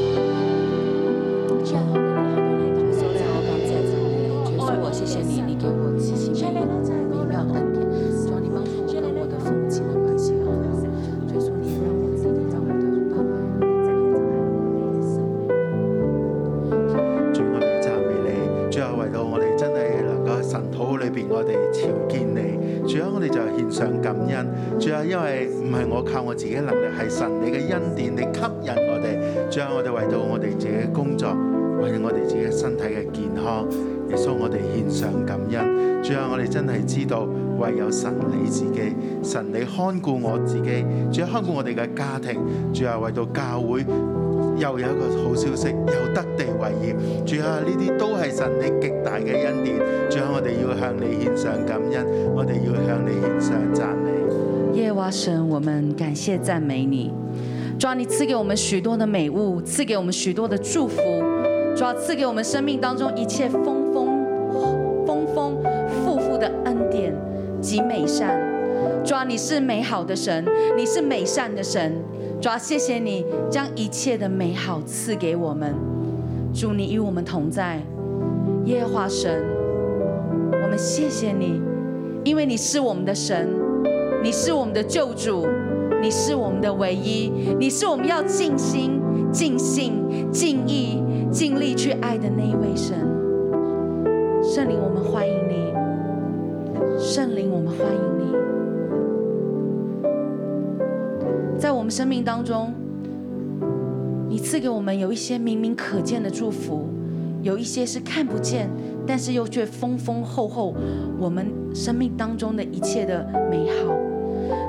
主啊，我哋咧去到你感受
主，我感谢赞美你，主，我谢谢你，你给我极其美妙的美妙恩典。主，啊你帮助我跟我的父母亲的关系啊很好。主，说你让我自己照顾得很棒。
主，我哋讚美你，主啊，為到我哋真係能夠喺神土裏邊，我哋朝見你。主啊，我哋就獻上感恩。主啊，因為唔係我靠我自己能力，係神你嘅恩典，你吸引我哋。主啊，我哋為到我哋自己嘅工作，為到我哋自己嘅身體嘅健康，耶穌，我哋獻上感恩。主啊，我哋真係知道。唯有神你自己，神你看顧我自己，主啊看顧我哋嘅家庭，主啊為到教會又有一個好消息，又得地為業。主啊，呢啲都係神你極大嘅恩典。主啊，我哋要向你獻上感恩，我哋要向你獻上讚美。
耶和华神，我们感谢赞美你。主啊，你赐给我们许多的美物，赐给我们许多的祝福。主啊，赐给我们生命当中一切丰丰丰丰富富的恩典及美善。主啊，你是美好的神，你是美善的神。主啊，谢谢你将一切的美好赐给我们。主，你与我们同在。耶和华神，我们谢谢你，因为你是我们的神。你是我们的救主，你是我们的唯一，你是我们要尽心、尽性、尽意、尽力去爱的那一位神。圣灵，我们欢迎你。圣灵，我们欢迎你。在我们生命当中，你赐给我们有一些明明可见的祝福，有一些是看不见，但是又却丰丰厚厚我们生命当中的一切的美好。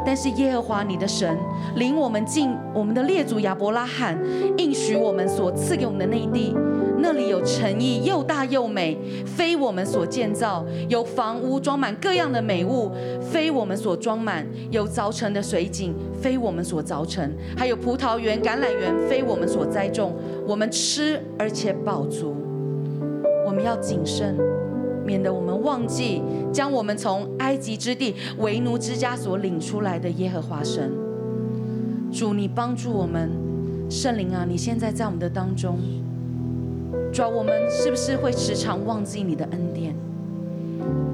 但是耶和华你的神领我们进我们的列祖亚伯拉罕应许我们所赐给我们的内地，那里有诚意，又大又美，非我们所建造；有房屋装满各样的美物，非我们所装满；有凿成的水井，非我们所凿成；还有葡萄园、橄榄园，非我们所栽种。我们吃而且饱足。我们要谨慎，免得我们忘记将我们从埃及之地为奴之家所领出来的耶和华神。主，你帮助我们，圣灵啊，你现在在我们的当中。主啊，我们是不是会时常忘记你的恩典？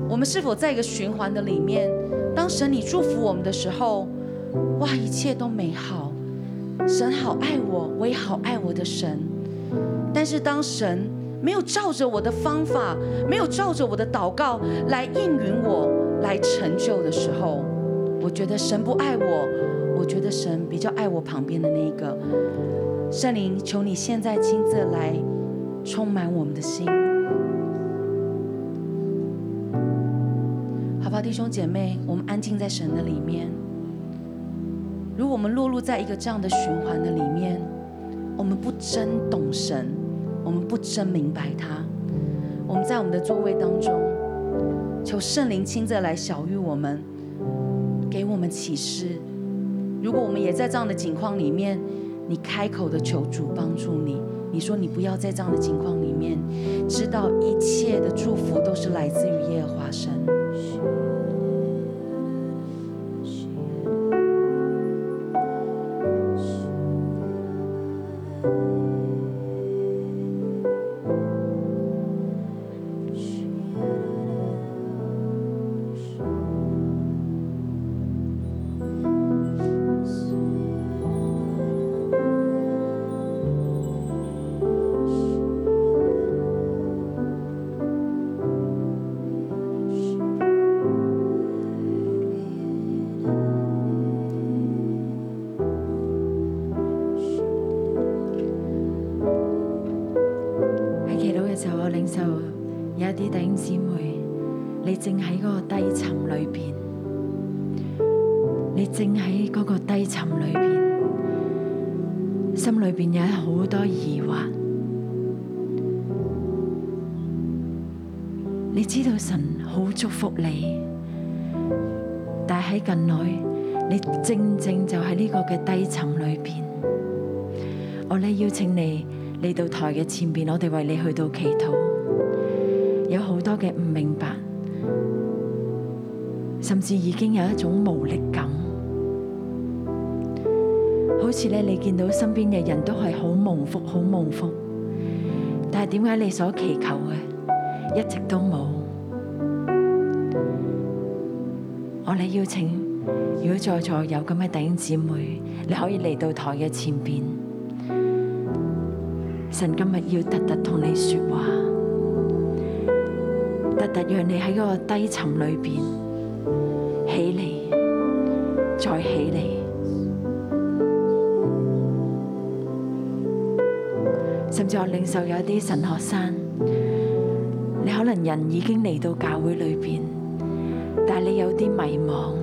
我们是否在一个循环的里面？当神你祝福我们的时候，哇，一切都美好。神好爱我，我也好爱我的神。但是当神没有照着我的方法，没有照着我的祷告来应允我，来成就的时候，我觉得神不爱我，我觉得神比较爱我旁边的那一个。圣灵，求你现在亲自来充满我们的心，好不好，弟兄姐妹？我们安静在神的里面。如果我们落入在一个这样的循环的里面，我们不真懂神，我们不真明白他，我们在我们的座位当中，求圣灵亲自来小谕我们，给我们启示。如果我们也在这样的境况里面，你开口的求主帮助你，你说你不要在这样的境况里面，知道一切的祝福都是来自于耶和华神。
喺祈禱嘅時候，我領受有一啲弟兄姊妹，你正喺嗰個低沉裏邊，你正喺嗰個低沉裏邊，心裏邊有好多疑惑。你知道神好祝福你，但係喺近來，你正正就喺呢個嘅低沉裏邊。我咧邀請你嚟到台嘅前邊，我哋為你去到祈禱。有好多嘅唔明白，甚至已經有一種無力感，好似咧你見到身邊嘅人都係好蒙福、好蒙福，但係點解你所祈求嘅一直都冇？我哋邀請，如果在座有咁嘅弟兄姊妹，你可以嚟到台嘅前邊。神今日要特特同你說話，特特讓你喺嗰個低沉裏邊起嚟，再起嚟。甚至我領受有一啲神學生，你可能人已經嚟到教會裏邊，但係你有啲迷茫，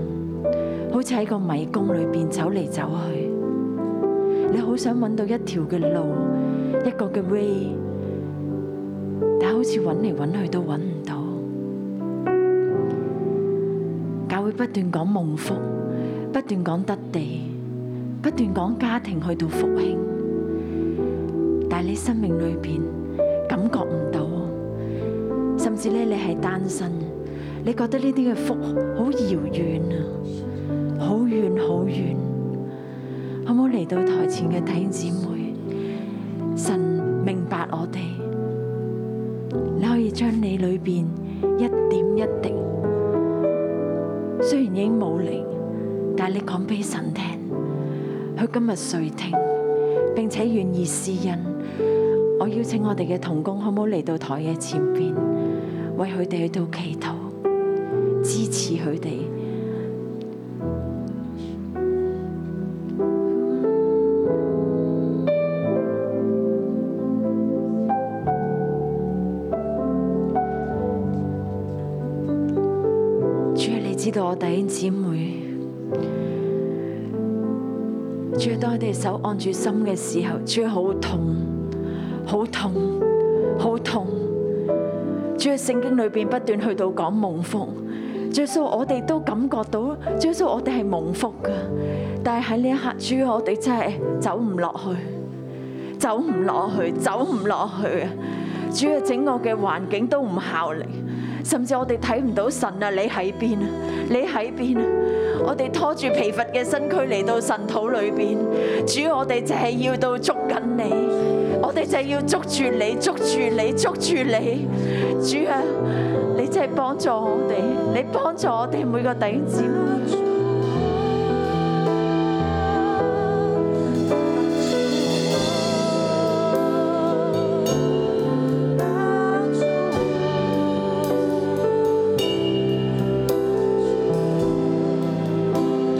好似喺個迷宮裏邊走嚟走去。你好想揾到一條嘅路，一個嘅 way，但好似揾嚟揾去都揾唔到。教會不斷講蒙福，不斷講得地，不斷講家庭去到復興，但係你生命裏邊感覺唔到，甚至咧你係單身，你覺得呢啲嘅福好遙遠啊，好遠好遠。好唔好嚟到台前嘅弟兄姊妹？神明白我哋，你可以將你裏邊一點一滴，雖然已經冇靈，但係你講俾神聽，佢今日垂聽，並且願意施恩。我邀請我哋嘅同工，好唔好嚟到台嘅前邊，為佢哋去到祈禱，支持佢哋。主啊，你知道我弟兄姊妹，主啊，當佢哋手按住心嘅時候，主啊，好痛，好痛，好痛。主啊，聖經裏邊不斷去到講蒙福，主耶穌，我哋都感覺到，主耶穌，我哋係蒙福噶，但係喺呢一刻，主啊，我哋真係走唔落去。走唔落去，走唔落去啊！主啊，整個嘅環境都唔效力，甚至我哋睇唔到神啊！你喺邊啊？你喺邊啊？我哋拖住疲乏嘅身軀嚟到神土裏邊，主啊，我哋就係要到捉緊你，我哋就係要捉住你，捉住你，捉住你，主啊！你真係幫助我哋，你幫助我哋每個弟兄姊妹。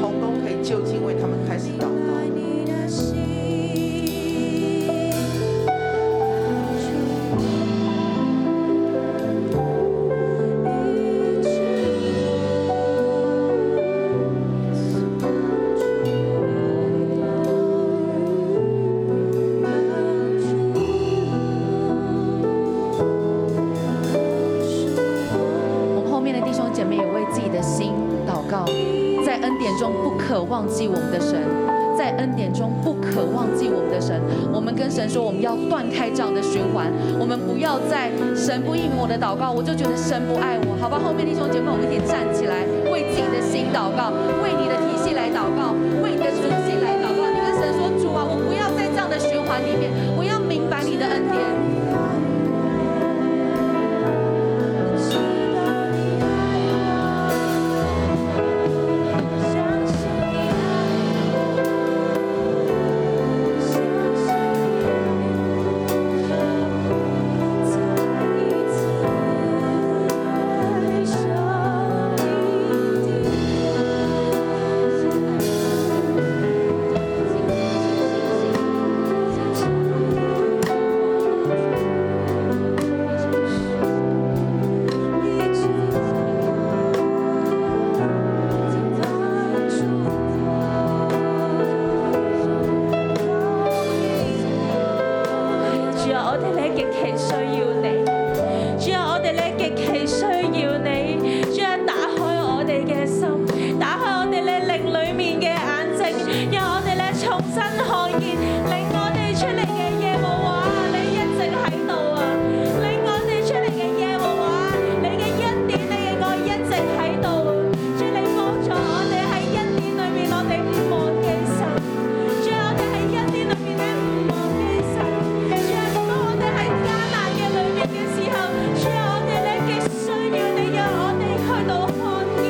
童工可以就近为他们开始祷告。
我们后面的弟兄姐妹也为自己的心祷告，在恩典中不可忘记我们的神，
在恩典中不渴望自己我们的神。我们跟神说，我们要断开这样的循环，我们不要再神不应允我的祷告，我就觉得神不爱我，好吧？后面弟兄姐妹，我们一起站起来，为自己的心祷告，为你的体系来祷告，为你的属性来祷告。你跟神说，主啊，我不要在这样的循环里面，我要明白你的恩典。
主啊，我哋咧極其需要你。主啊，我哋咧極其需要你。主啊，打開我哋嘅心，打開我哋咧靈裏面嘅眼睛，讓我哋咧重新看見，領我哋出嚟嘅耶和華，你一直喺度啊！領我哋出嚟嘅耶和華，你嘅恩典，你嘅愛一直喺度啊！主，你幫助我哋喺恩典裏面，我哋唔忘記神。主啊，我哋喺恩典裏面咧唔忘記神。主啊，當我哋喺艱難嘅裏面嘅時候，主啊，我哋咧極需要你讓我哋去到看見；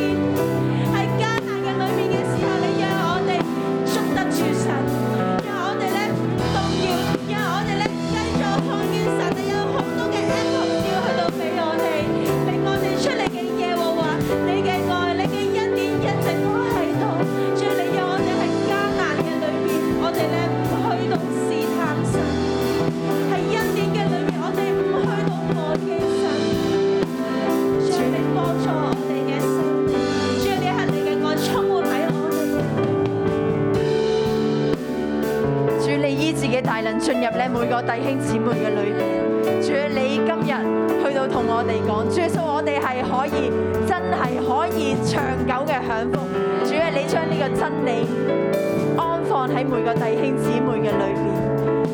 喺艱難嘅裏面嘅時候，你讓我哋捉得住神，讓我哋咧唔動搖，讓我哋咧繼續看見神。你有好多嘅 apple 要去到俾我哋，令我哋出嚟嘅耶和華，你嘅愛，你嘅恩典一直都喺度。主啊，你讓我哋喺艱難嘅裏面，我哋咧唔去到試探神。喺恩典嘅裏面，我哋唔去到忘記神，主你幫助我哋嘅心，主啊你喺你嘅愛充滿喺我哋嘅。
主你醫治嘅大能進入咧每個弟兄姊妹嘅裏面。主你今日去到同我哋講，主耶穌我哋係可以真係可以長久嘅享福。主啊，你將呢個真理安放喺每個弟兄姊妹嘅裏面。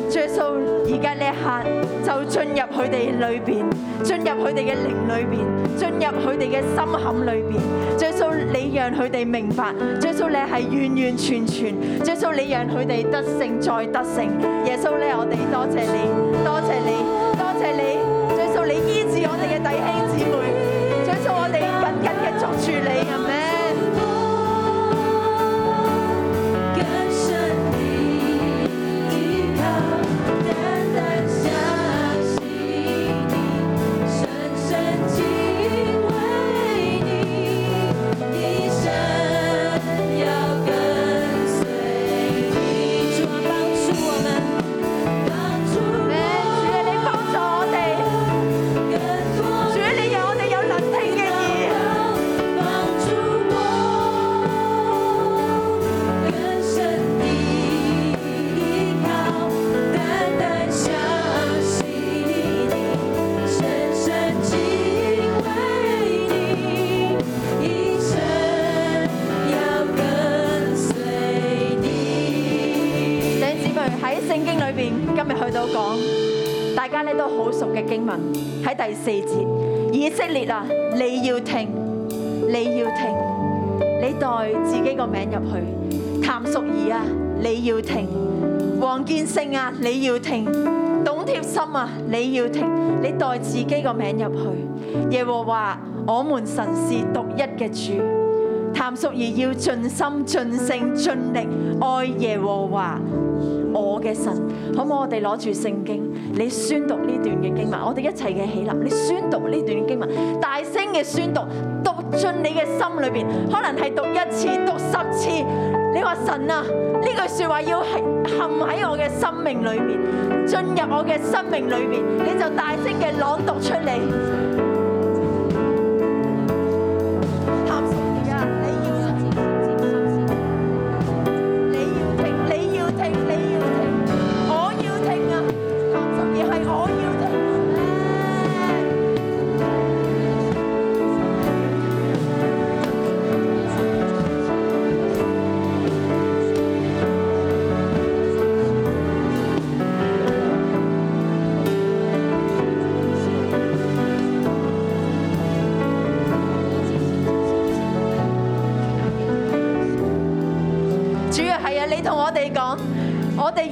主耶穌而家呢一刻就進入佢哋裏邊，進入佢哋嘅靈裏邊，進入佢哋嘅心坎裏邊。主耶穌你讓佢哋明白，主耶穌你係完完全全，主耶穌你讓佢哋得勝再得勝。耶穌咧，我哋多謝你，多謝你，多謝你，主耶穌你醫治我哋嘅弟兄姊妹，主耶穌我哋緊緊嘅捉住你，
啊
係咪？
更深地依靠，单单相信你，深深敬畏你，一生要跟随你。主啊，帮助我们，帮助
主啊，你幫助我哋，
更多。
主啊，你讓我哋有能聽嘅耳。
帮助我更深地依靠，单单相信你，深深敬畏你，一生要跟随你。
弟兄姊妹喺聖經裏邊，今日去到講，大家咧都好熟嘅經文喺第四節，以色列啊，你要聽，你要聽，你代自己個名入去，譚淑儀啊，你要聽，黃建勝啊，你要聽，董貼心啊，你要聽，你代自己個名入去，耶和華我們神是獨一嘅主。譚淑儀要盡心、盡性、盡力愛耶和華。我嘅神，好唔好？我哋攞住聖經，你宣讀呢段嘅經文，我哋一齊嘅起立，你宣讀呢段經文，大聲嘅宣讀，讀進你嘅心裏邊，可能係讀一次、讀十次。你話神啊，呢句説話要係陷喺我嘅生命裏面，進入我嘅生命裏面，你就大聲嘅朗讀出嚟。譚淑儀啊，你要。你要聽，你要聽，你要聽，我要聽啊！鹹濕嘢係我要聽啊！
我
哋要停，我哋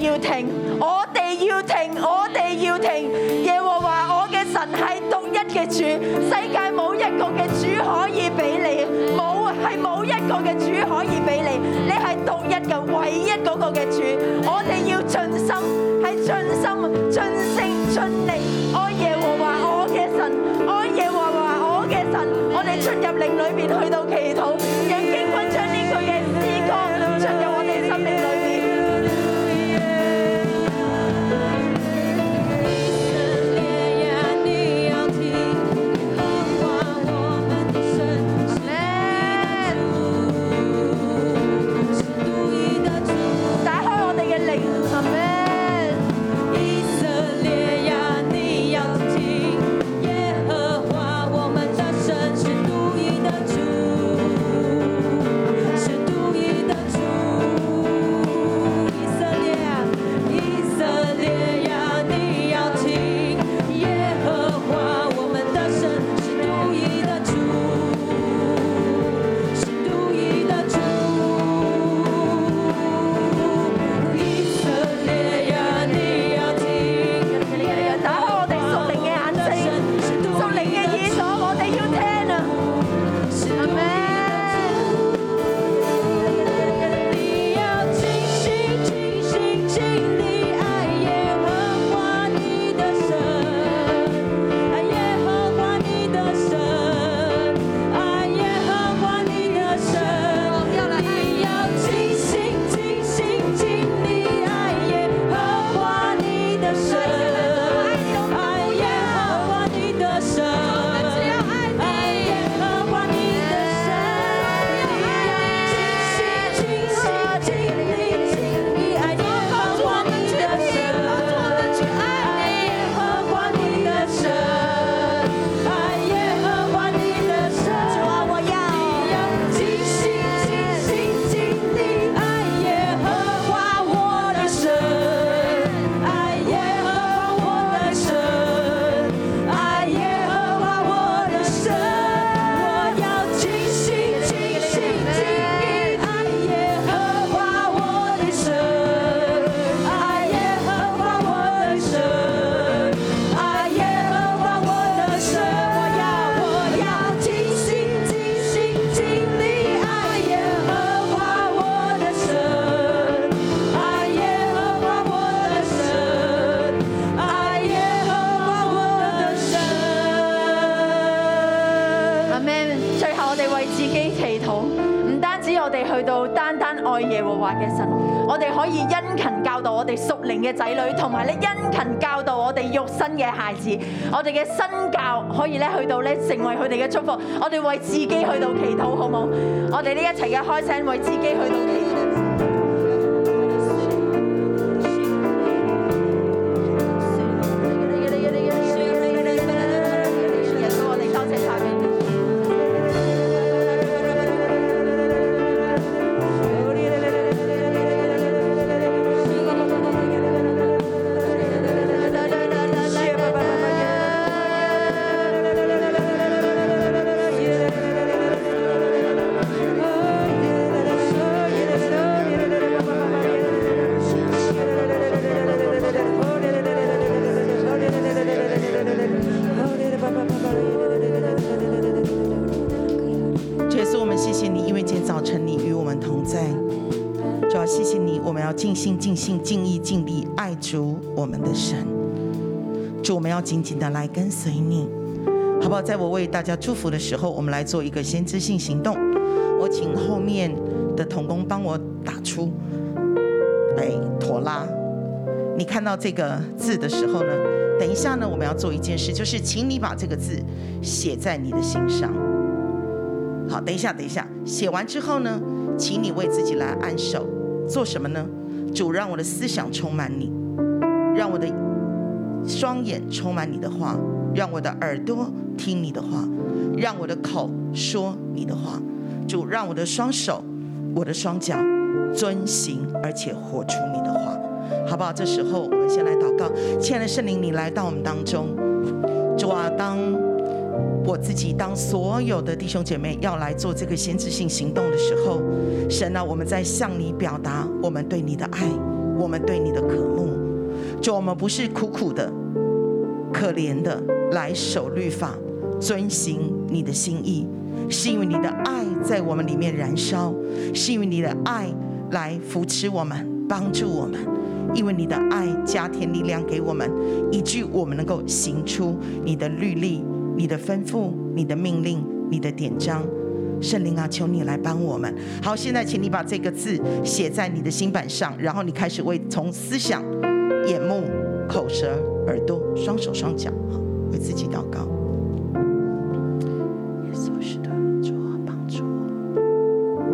要停，我哋要停。耶和華我嘅神係獨一嘅主，世界冇一個嘅主可以俾你，冇係冇一個嘅主可以俾你，你係獨一嘅唯一嗰個嘅主。我哋要盡心，係盡心、盡性、盡力愛耶和華我嘅神，愛耶和華我嘅神。我哋出入靈裏邊去到祈禱，讓經軍將呢句嘅詩歌進入我哋心靈裏邊。打開我哋嘅靈，阿門。
以色列呀，你要听，耶和华我们的神是独一的主，是独一的主。以色列，以色列呀，你要听，耶和华我们的神是独一的主，是独一的主。以色列呀，你要听，耶
打開我哋屬靈嘅眼睛，屬靈嘅耳朵，我哋要聽啊！阿門。
你要清醒，清醒，清地爱耶和华你的神，爱耶和华你的神，爱耶和华你的神。你要清醒，清醒，清地爱耶和华你的神，爱耶和华你的神，爱耶和华你的神。你要清醒，清醒。经历，你爱耶和华你的神，爱耶和华你的神，爱耶和华你的神。我要清醒，清醒，经历爱耶和华我的神，爱耶和华我的神，爱耶和华我的神。我要清醒，清醒，经历爱耶。耶和华我的神，爱耶和华我的神，爱耶和华我的神。我要我要尽心尽心尽力爱耶和华我的神，爱耶和华我的神，爱耶和华我的神。
阿咩？最後我哋為自己祈禱，唔單止我哋去到單單愛耶和華嘅神，我哋可以殷勤教導我哋屬靈嘅仔女，同埋咧殷勤教導我哋肉身嘅孩子，我哋嘅身教可以咧去到咧成為佢哋嘅祝福。我哋為自己去到祈禱，好冇？我哋呢一齊嘅開聲為自己去到祈禱。耶穌，我哋多謝晒你。
主耶稣，我们谢谢你，因为今天早晨你与我们同在。主要谢谢你，我们要尽心、尽心、尽意、尽力爱主我们的神。主，我们要紧紧的来跟随你，好不好？在我为大家祝福的时候，我们来做一个先知性行动。我请后面的童工帮我打出，哎，妥拉。你看到这个字的时候呢，等一下呢，我们要做一件事，就是请你把这个字写在你的心上。好，等一下，等一下，写完之后呢，请你为自己来按手，做什么呢？主让我的思想充满你，让我的双眼充满你的话，让我的耳朵听你的话，让我的口说你的话。主让我的双手、我的双脚遵行而且活出你的话，好不好？这时候我们先来祷告，亲爱的圣灵，你来到我们当中，主啊，当。我自己当所有的弟兄姐妹要来做这个先知性行动的时候，神啊，我们在向你表达我们对你的爱。我们对你的渴慕。主，我们不是苦苦的、可怜的来守律法，遵行你的心意，是因为你的爱在我们里面燃烧，是因为你的爱来扶持我们、帮助我们，因为你的爱加添力量给我们，以至于我们能够行出你的律例、你的吩咐、你的命令、你的典章。圣灵啊，求你来帮我们。好，现在请你把这个字写在你的心板上，然后你开始为从思想、眼目、口舌、耳朵、双手、双脚，好为自己祷告。耶稣是的，主啊，帮助我。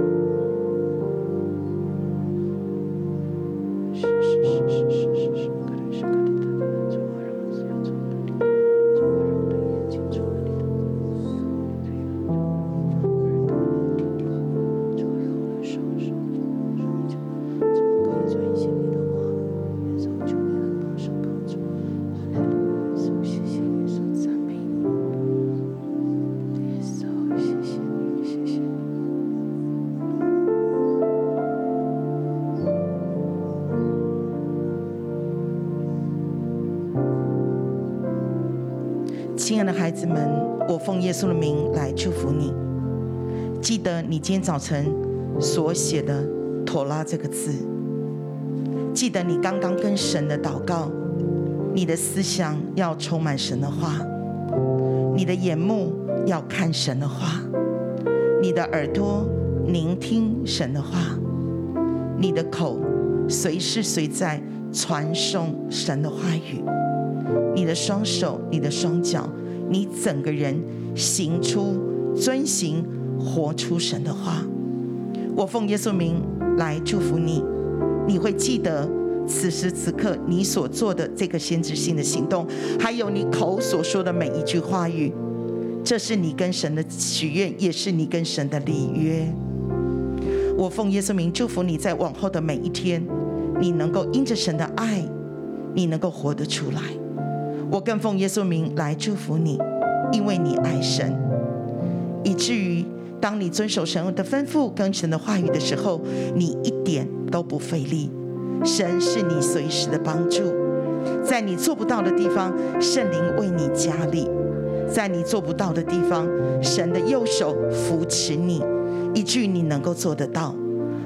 亲爱的孩子们，我奉耶稣的名来祝福你。记得你今天早晨所写的“妥拉”这个字，记得你刚刚跟神的祷告，你的思想要充满神的话，你的眼目要看神的话，你的耳朵聆听神的话，你的口随时随在传送神的话语。你的双手、你的双脚，你整个人行出、遵行、活出神的话。我奉耶稣名来祝福你，你会记得此时此刻你所做的这个先知性的行动，还有你口所说的每一句话语。这是你跟神的许愿，也是你跟神的礼约。我奉耶稣名祝福你，在往后的每一天，你能够因着神的爱，你能够活得出来。我更奉耶稣名来祝福你，因为你爱神，以至于当你遵守神的吩咐跟神的话语的时候，你一点都不费力。神是你随时的帮助，在你做不到的地方，圣灵为你加力；在你做不到的地方，神的右手扶持你，以至于你能够做得到。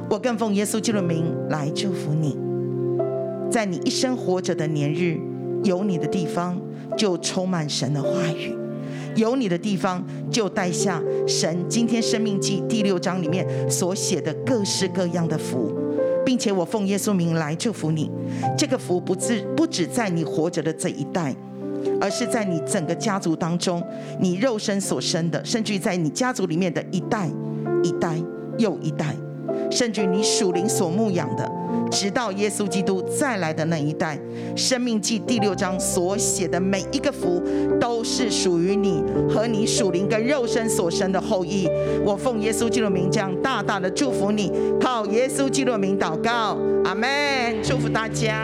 我更奉耶稣基督的名来祝福你。在你一生活着的年日，有你的地方就充满神的话语，有你的地方就带下神今天生命记第六章里面所写的各式各样的福，并且我奉耶稣名来祝福你，这个福不只不只在你活着的这一代。而是在你整个家族当中，你肉身所生的，甚至于在你家族里面的一代、一代又一代，甚至于你属灵所牧养的，直到耶稣基督再来的那一代，《生命记》第六章所写的每一个福，都是属于你和你属灵跟肉身所生的后裔。我奉耶稣基督的名，这样大大的祝福你，靠耶稣基督的名祷告，阿门！祝福大家。